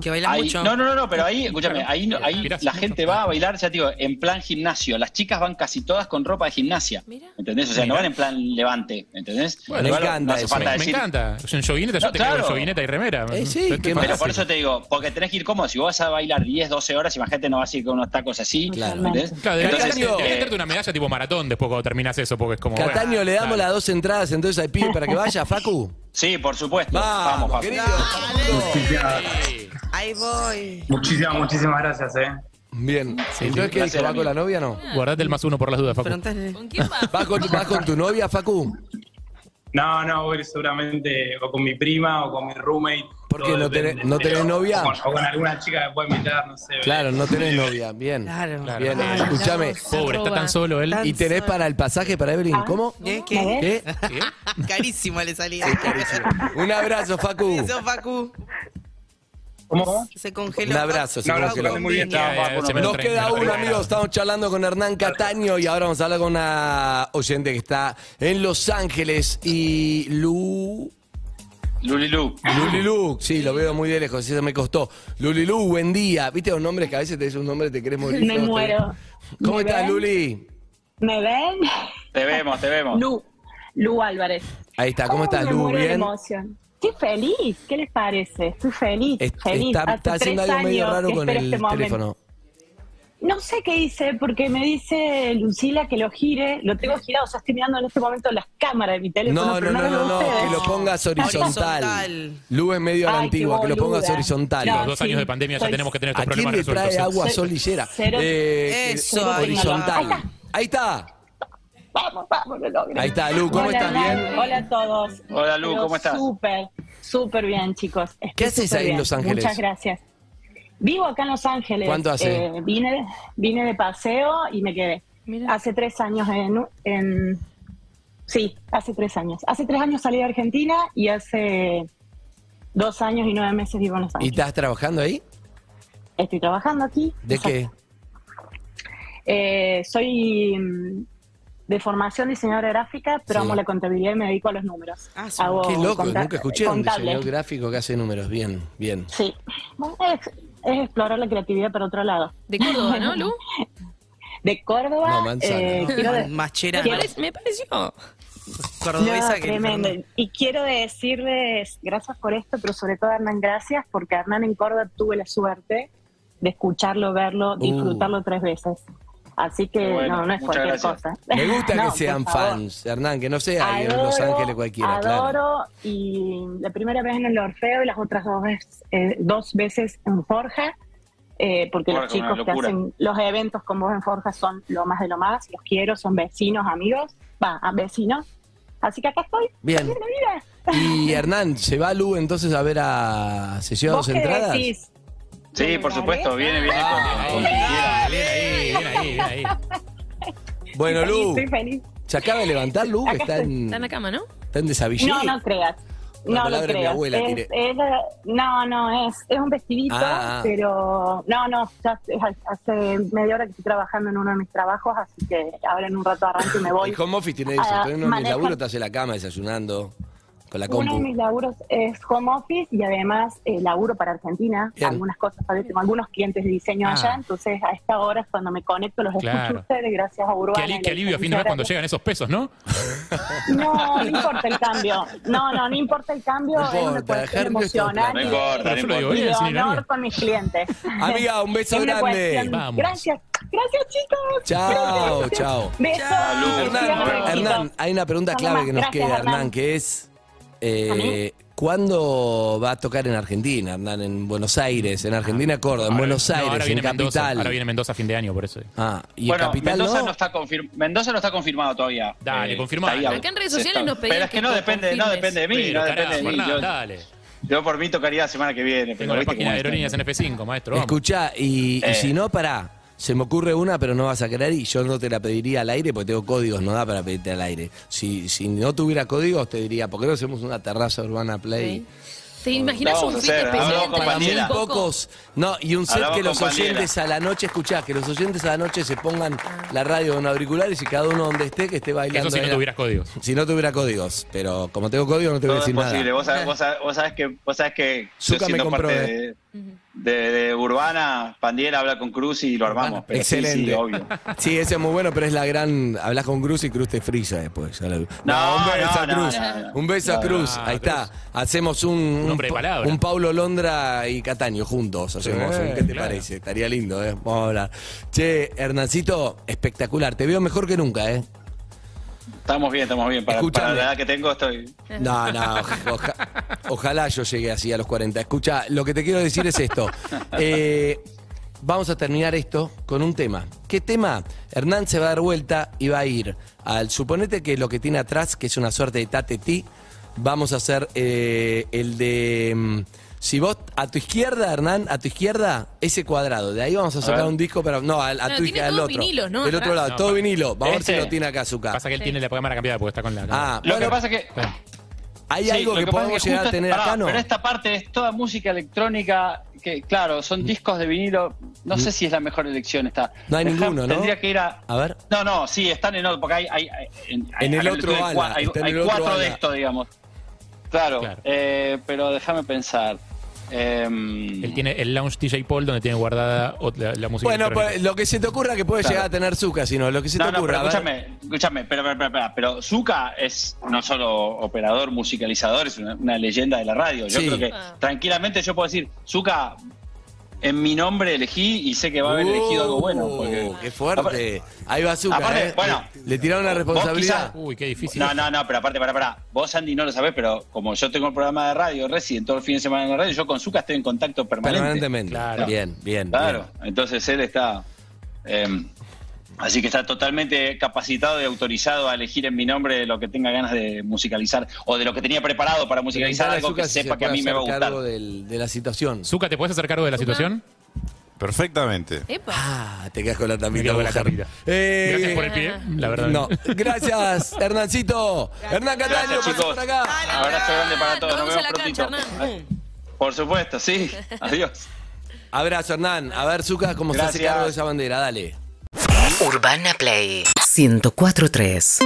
S3: Que baila
S6: Ahí-
S3: mucho.
S6: No, no, no, no, pero ahí, escúchame, ahí, no- ahí
S4: Mirás
S6: la
S4: mucho.
S6: gente va a bailar, ya te digo, en plan gimnasio. Las chicas van casi todas con ropa de gimnasia.
S8: Mira.
S6: ¿Entendés? O sea, no van en plan levante, ¿entendés?
S2: Bueno, me
S6: Igual
S2: encanta
S6: no hace
S2: eso.
S6: falta
S4: Me
S6: decir.
S4: encanta. En joguineta,
S6: No,
S4: yo te caigo
S6: claro.
S4: en joguineta y remera.
S2: Eh, sí,
S4: Te- te
S2: qué
S4: pasa.
S6: Pero por eso te digo, porque tenés que ir cómodo. Si vos vas a bailar 10, 12 horas, imagínate, no vas a ir con unos tacos así.
S2: Claro.
S6: ¿entendés?
S4: Claro, debería
S6: Entonces,
S4: meterte- debería
S6: eh,
S4: meterte una medalla tipo maratón después cuando terminas eso, porque es como. bueno,
S2: Cataño, le damos
S4: dale.
S2: las dos entradas entonces al pibe para que vaya, Facu.
S6: sí, por supuesto.
S2: Vamos,
S6: Vamos, Facu.
S2: querido.
S7: Muchísimas,
S3: Ahí voy.
S7: muchísimas, muchísimas gracias, eh.
S2: Bien. Entonces, ¿qué
S4: Sí, sí,
S6: un
S2: dijo?
S6: placer,
S2: ¿Va con la
S6: amigo.
S2: novia o no?
S4: Guardate el más uno por las dudas, Facu.
S3: Preguntale.
S8: ¿Con quién va?
S2: ¿Vas con, vas con tu novia, Facu?
S7: No, no, voy a ir seguramente o con mi prima o con mi roommate.
S2: ¿Por qué?
S7: todo
S2: ¿No tenés-
S7: depende,
S2: no tenés
S7: pero-
S2: novia?
S7: O con, o con alguna chica que pueda invitar, no sé.
S2: Claro, no tenés novia. Bien.
S3: Claro.
S2: Bien, eh,
S3: Claro.
S2: escúchame.
S4: Pobre, está tan solo él.
S2: ¿Y tenés para el pasaje para Evelyn? ¿Cómo?
S3: ¿Eh, ¿Qué? ¿Qué?
S2: ¿Qué?
S4: ¿Sí?
S3: Carísimo le salía.
S2: Un abrazo, Facu.
S3: Eso, Facu.
S7: ¿eh? ¿Cómo?
S3: Se congeló.
S2: Un abrazo, se
S7: Un abrazo,
S2: congeló.
S7: pasé muy bien.
S4: Ya,
S2: eh,
S7: Chao,
S4: ya,
S7: Facu, nos
S4: se me
S7: vemos.
S2: Nos
S4: lo traen,
S2: queda
S4: me lo
S2: uno,
S4: traen.
S2: amigos. Estamos charlando con Hernán Cataño y ahora vamos a hablar con una oyente que está en Los Ángeles y Lu.
S6: Lulilú.
S2: Lulilu, sí, lo veo muy de lejos, eso me costó. Lulilu, buen día. ¿Viste los nombres que a veces te dicen un nombre y te querés morir?
S5: Me
S2: No, te-
S5: muero.
S2: ¿Cómo
S5: ¿Me
S2: estás,
S5: ven?
S2: Luli?
S5: ¿Me ven?
S6: Te vemos, te vemos.
S5: Lu, Lu Álvarez.
S2: Ahí está, ¿cómo
S5: Oh,
S2: estás,
S5: me
S2: Lu?
S5: muero de
S2: ¿Bien?
S5: emoción. Estoy feliz, ¿qué les parece? Estoy feliz,
S2: Es-
S5: feliz.
S2: Está, está
S5: Hace
S2: haciendo
S5: tres
S2: algo medio
S5: años
S2: raro
S5: que
S2: con
S5: espero
S2: el
S5: este momento.
S2: teléfono.
S5: No sé qué hice, porque me dice Lucila que lo gire. Lo tengo girado, o sea, estoy mirando en este momento las cámaras de mi teléfono.
S2: No, no,
S5: pero
S2: no, no,
S5: lo veo
S2: no,
S5: ustedes.
S2: que lo pongas horizontal.
S3: Horizontal.
S2: Lu es medio a la
S5: Ay, qué
S2: antigua, que lo pongas
S5: boluda.
S2: horizontal.
S5: No,
S4: Los dos
S5: sí,
S4: años de pandemia ya
S5: soy-
S4: tenemos que tener
S2: ¿A
S4: estos
S2: quién
S4: problemas
S2: le trae
S4: resueltos.
S2: agua
S5: Cero-
S2: solillera?
S5: cero-
S3: Eso, ahí.
S2: Eh, horizontal. Ahí está.
S5: Vamos, vamos, lo logré.
S2: Ahí está, Lu, ¿cómo
S5: Hola,
S2: estás?
S5: Lan.
S2: ¿Bien?
S5: Hola a todos.
S6: Hola, Lu,
S5: Pero
S6: ¿cómo estás?
S5: Súper, súper bien, chicos. Estoy
S2: ¿Qué haces
S5: súper
S2: ahí en
S5: bien.
S2: Los Ángeles?
S5: Muchas gracias. Vivo acá en Los Ángeles.
S2: ¿Cuánto hace?
S5: Eh, vine, vine de paseo y me quedé.
S8: Mira.
S5: Hace tres años en, en- Sí, hace tres años. Hace tres años salí de Argentina y hace dos años y nueve meses vivo en Los
S2: ¿Y
S5: Ángeles.
S2: estás trabajando ahí?
S5: Estoy trabajando aquí.
S2: ¿De qué?
S5: Eh, soy mm, de formación diseñadora gráfica, pero
S2: Sí.
S5: amo la contabilidad y me dedico a los números.
S3: Ah, sí.
S5: Hago
S2: Qué loco,
S5: conta-
S2: nunca escuché a un
S5: contable.
S2: diseñador gráfico que hace números. Bien, bien.
S5: Sí. Bueno, Es, es explorar la creatividad para otro lado.
S8: De Córdoba, ¿no, Lu?
S5: De Córdoba,
S2: No, manzana,
S5: eh,
S2: no.
S5: quiero de-
S3: Machera.
S8: Me, parec- me pareció.
S3: Cordobesa
S5: No,
S3: que
S5: tremendo. Y quiero decirles gracias por esto, pero sobre todo Hernán, gracias, porque a Hernán en Córdoba tuve la suerte de escucharlo, verlo, disfrutarlo tres veces. Así que
S6: Bueno,
S5: no, no es
S6: muchas
S5: cualquier
S6: gracias.
S5: cosa.
S2: Uh, Me gusta
S5: No,
S2: que sean
S5: por favor.
S2: fans, Hernán, que no sea ahí en Los Ángeles cualquiera,
S5: adoro,
S2: claro.
S5: y la primera vez en el Orfeo y las otras dos veces, eh, dos veces en Forja, eh, porque los
S6: Forja, una
S5: chicos que
S6: locura.
S5: hacen los eventos con vos en Forja son lo más de lo más, los quiero, son vecinos, amigos, va, a vecinos. Así que acá estoy,
S2: Bien.
S5: feliz de la vida.
S2: Y Hernán, ¿se va Lu entonces a ver a
S5: ¿Vos
S2: sesiones
S5: qué
S2: entradas?
S5: decís?
S6: Sí, por supuesto, viene, viene
S4: Ah,
S6: con, con quien
S4: Bien ahí, bien ahí, bien ahí.
S2: Bueno,
S5: Estoy feliz,
S2: Lu,
S5: Estoy feliz.
S2: se acaba de levantar Lu, que
S5: Acá
S2: está
S5: estoy.
S2: en,
S8: Está en la cama, ¿no?
S2: está en desabillé.
S5: No, no creas.
S2: La
S5: No
S2: palabra
S5: lo
S2: de mi
S5: creas.
S2: abuela,
S5: Es-
S2: tiré.
S5: es la- no, no, es, es un vestidito,
S2: Ah.
S5: pero no, no, ya es- hace media hora que estoy trabajando en uno de mis trabajos, así que ahora en un rato arranco y me voy.
S2: El home office tiene eso,
S5: Ah,
S2: tenés uno de mis
S5: manejo.
S2: laburos, estás en la cama desayunando con la
S5: Uno de mis
S2: compu.
S5: laburos es home office y además eh, laburo para Argentina,
S2: Bien.
S5: algunas cosas, ¿sabes? tengo algunos clientes de diseño
S4: Ah.
S5: allá, entonces a esta hora es cuando me conecto los
S4: Claro.
S5: escucho a ustedes, gracias a
S4: Qué,
S5: Urbana.
S4: ali-
S5: y
S4: qué
S5: la
S4: alivio a fin de
S5: licenciada.
S4: mes cuando llegan esos pesos, ¿no?
S5: No, no importa el cambio, no, no, no importa el cambio,
S2: No
S5: es una
S2: importa,
S5: cuestión
S2: dejar nuestro
S5: emocional
S6: quiera.
S5: y
S6: No
S5: de-
S6: importa, no
S4: Yo lo digo
S6: importa.
S5: y
S4: bien,
S5: de
S4: sin ironía.
S5: honor con mis clientes.
S2: Amiga, un beso
S5: Es una
S2: grande.
S5: cuestión.
S4: Vamos.
S5: Gracias, gracias chicos.
S2: Chao,
S5: Gracias.
S2: chao.
S5: Besos.
S6: Salud.
S5: Los quiero,
S2: Hernán,
S5: besitos.
S2: Hernán, hay una pregunta
S5: Nada
S2: clave
S5: más.
S2: que nos
S5: Gracias,
S2: queda,
S5: Hernán.
S2: Hernán, que es eh, ¿Cuándo va a tocar en Argentina, Hernán? En Buenos Aires, en Argentina, Córdoba, en
S4: Ahora-
S2: Buenos
S4: no,
S2: Aires,
S4: ahora
S2: en
S4: viene Mendoza,
S2: Capital.
S4: ahora viene Mendoza a fin de año, por eso.
S2: Ah, y
S6: bueno,
S2: en Capital
S6: Mendoza
S2: no.
S6: no, está confirmado. Mendoza no está confirmado todavía. Eh,
S4: Dale, confirmá.
S6: está ahí,
S5: Acá en redes
S6: se
S5: sociales
S6: está-
S5: nos pedían
S6: Pero es que,
S5: que
S6: no depende, no
S5: confirmes.
S6: depende de mí,
S4: Pero,
S6: no
S4: carajo,
S6: depende de mí.
S4: Hernán,
S6: yo,
S4: dale.
S6: yo por mí tocaría la semana que viene.
S4: Tengo
S6: Pero
S4: la
S6: viste
S4: página de
S6: cómo es.
S4: aerolíneas en F5, maestro. vamos.
S2: Escuchá, y, y
S6: Eh.
S2: si no, pará. Se me ocurre una, pero no vas a querer y yo no te la pediría al aire porque tengo códigos, no da para pedirte al aire. Si, si no tuviera códigos, te diría, ¿por qué no hacemos una terraza urbana play?
S5: ¿Te imaginas
S6: vamos
S5: un
S6: a
S5: fit
S6: hacer,
S5: especial
S6: hablamos
S5: entre
S6: con
S5: muy
S6: Pamela.
S2: Pocos, no, y un set
S6: Hablamos
S2: que los
S6: con Paniela.
S2: oyentes a la noche, escuchá, que los oyentes a la noche se pongan la radio con auriculares y cada uno donde esté que esté bailando.
S4: Eso si
S2: ahí
S4: no
S2: la-
S4: tuvieras códigos.
S2: Si no tuviera códigos, pero como tengo códigos no te voy a
S6: Todo es
S2: decir
S6: posible.
S2: nada.
S6: Vos sabés, vos sabés- vos sabés que, vos sabés que
S2: Zucca me
S6: yo siendo
S2: compró,
S6: parte de, de- de Urbana, Pandiela habla con Cruz y lo armamos. Pero sí,
S2: Excelente.
S6: Sí, obvio.
S2: Sí, ese es muy bueno, pero es la gran. Hablas con Cruz y Cruz te frisa después. ya lo- No,
S6: No,
S2: un beso
S6: no,
S2: a
S6: no,
S2: Cruz.
S6: no, no.
S2: Un beso a
S6: No,
S2: Cruz.
S4: no,
S2: Ahí
S4: Cruz.
S2: está. Hacemos un. Un,
S4: Hombre de palabra.
S2: un Paulo Londra y Cataño juntos. Hacemos
S4: Sí,
S2: un- ¿Qué te
S4: claro.
S2: parece? Estaría lindo, ¿eh? Vamos a hablar. Che, Hernancito, espectacular. Te veo mejor que nunca, ¿eh?
S6: Estamos bien, estamos bien. Para,
S2: Escuchame.
S6: para la edad que tengo estoy.
S2: No, no, oja- ojalá yo llegue así a los 40. Escucha, lo que te quiero decir es esto. Eh, vamos a terminar esto con un tema. ¿Qué tema? Hernán se va a dar vuelta y va a ir al. Suponete que lo que tiene atrás, que es una suerte de tatetí, vamos a hacer eh, el de. mm, Si vos, a tu izquierda, Hernán, a tu izquierda, ese cuadrado. De ahí vamos a sacar
S6: ver.
S2: un disco, pero no, a, a tu
S5: Claro, tiene
S2: izquierda, al
S5: todos
S2: otro.
S5: vinilos, ¿no?
S2: Del otro
S5: Atrás.
S2: lado,
S4: No,
S2: todo
S4: pa-
S2: vinilo. Vamos a ver si
S6: Este.
S2: lo tiene acá, Zucca.
S4: Pasa que él tiene la cámara cambiada porque está con la
S2: Ah,
S4: cámara.
S6: Lo
S2: bueno,
S6: que pasa que.
S4: Espera.
S2: hay
S6: sí,
S2: algo
S6: lo
S2: que,
S6: pasa
S2: podemos
S6: es que
S2: llegar a
S6: justo-
S2: tener
S6: pará,
S2: acá, ¿no?
S6: Pero este- esta parte es toda música electrónica que, claro, son discos de vinilo. No sé si es la mejor elección esta.
S2: Mm. No hay
S6: Dejá-
S2: ninguno, ¿no?
S6: Tendría que ir a.
S2: A ver.
S6: No, no, sí, están en otro, porque hay. hay- hay- en,
S2: En el
S6: acá
S2: otro
S6: estudio hay
S2: ala,
S6: cua- Hay,
S2: está en
S6: hay
S2: el otro
S6: cuatro de
S2: ala.
S6: esto, digamos. Claro,
S4: Claro.
S6: eh, pero déjame pensar. Em,
S4: Él tiene el lounge DJ Paul donde tiene guardada ot- la, la música.
S2: Bueno,
S4: electrónica.
S2: pues, lo que se te ocurra que puede
S6: Claro.
S2: llegar a tener Zucca, sino lo que se
S6: no,
S2: te
S6: no, pero
S2: ocurra. a ver.
S6: escúchame, escúchame, pero, pero, pero, pero, pero Zuka es no solo operador, musicalizador, es una, una leyenda de la radio. Yo
S2: Sí.
S6: creo que
S5: Ah.
S6: tranquilamente yo puedo decir, Zuka, en mi nombre elegí y sé que va a haber elegido algo bueno. Porque...
S2: Uh, Qué fuerte. Ahí va Zucca.
S6: Aparte,
S2: eh.
S6: bueno,
S2: le tiraron la responsabilidad.
S4: Uy, qué difícil.
S6: No, no, no, pero aparte, para, para. Vos, Andy, no lo sabés, pero como yo tengo el programa de radio, Resident, todo el fin de semana en la radio, yo con Zuka estoy en contacto permanente.
S2: Permanentemente.
S4: Claro.
S2: Bien, bien.
S6: Claro,
S2: bien.
S6: entonces él está. eh, así que está totalmente capacitado y autorizado a elegir en mi nombre lo que tenga ganas de musicalizar o de lo que tenía preparado para musicalizar
S2: Preguntale a
S6: algo que
S2: Zucca si se
S6: sepa que a
S2: puede
S6: mí me va a
S2: hacer
S6: gustar.
S2: cargo del- de la situación.
S4: Zuka, ¿te puedes hacer cargo de la
S5: Zucca.
S4: situación?
S9: Perfectamente.
S5: Epa.
S2: Ah, te quedas con la
S4: Me
S2: tapita.
S4: quedo con la
S2: mujer.
S4: tapita.
S2: Eh,
S4: Gracias por el pie, la verdad.
S2: No, gracias, Hernancito. Hernán Cataño,
S6: Gracias,
S2: pasó
S6: chicos.
S2: por acá.
S6: Abrazo grande para todos.
S5: Nos
S6: Nos
S5: vemos
S6: vemos
S5: en Ah, la
S6: prontito.
S5: cancha, Hernán.
S6: Por supuesto, sí. Adiós.
S2: Abrazo, Hernán. A ver, Zucca, cómo se hace
S6: Gracias.
S2: cargo de esa bandera. Dale.
S10: Urbana Play 104.3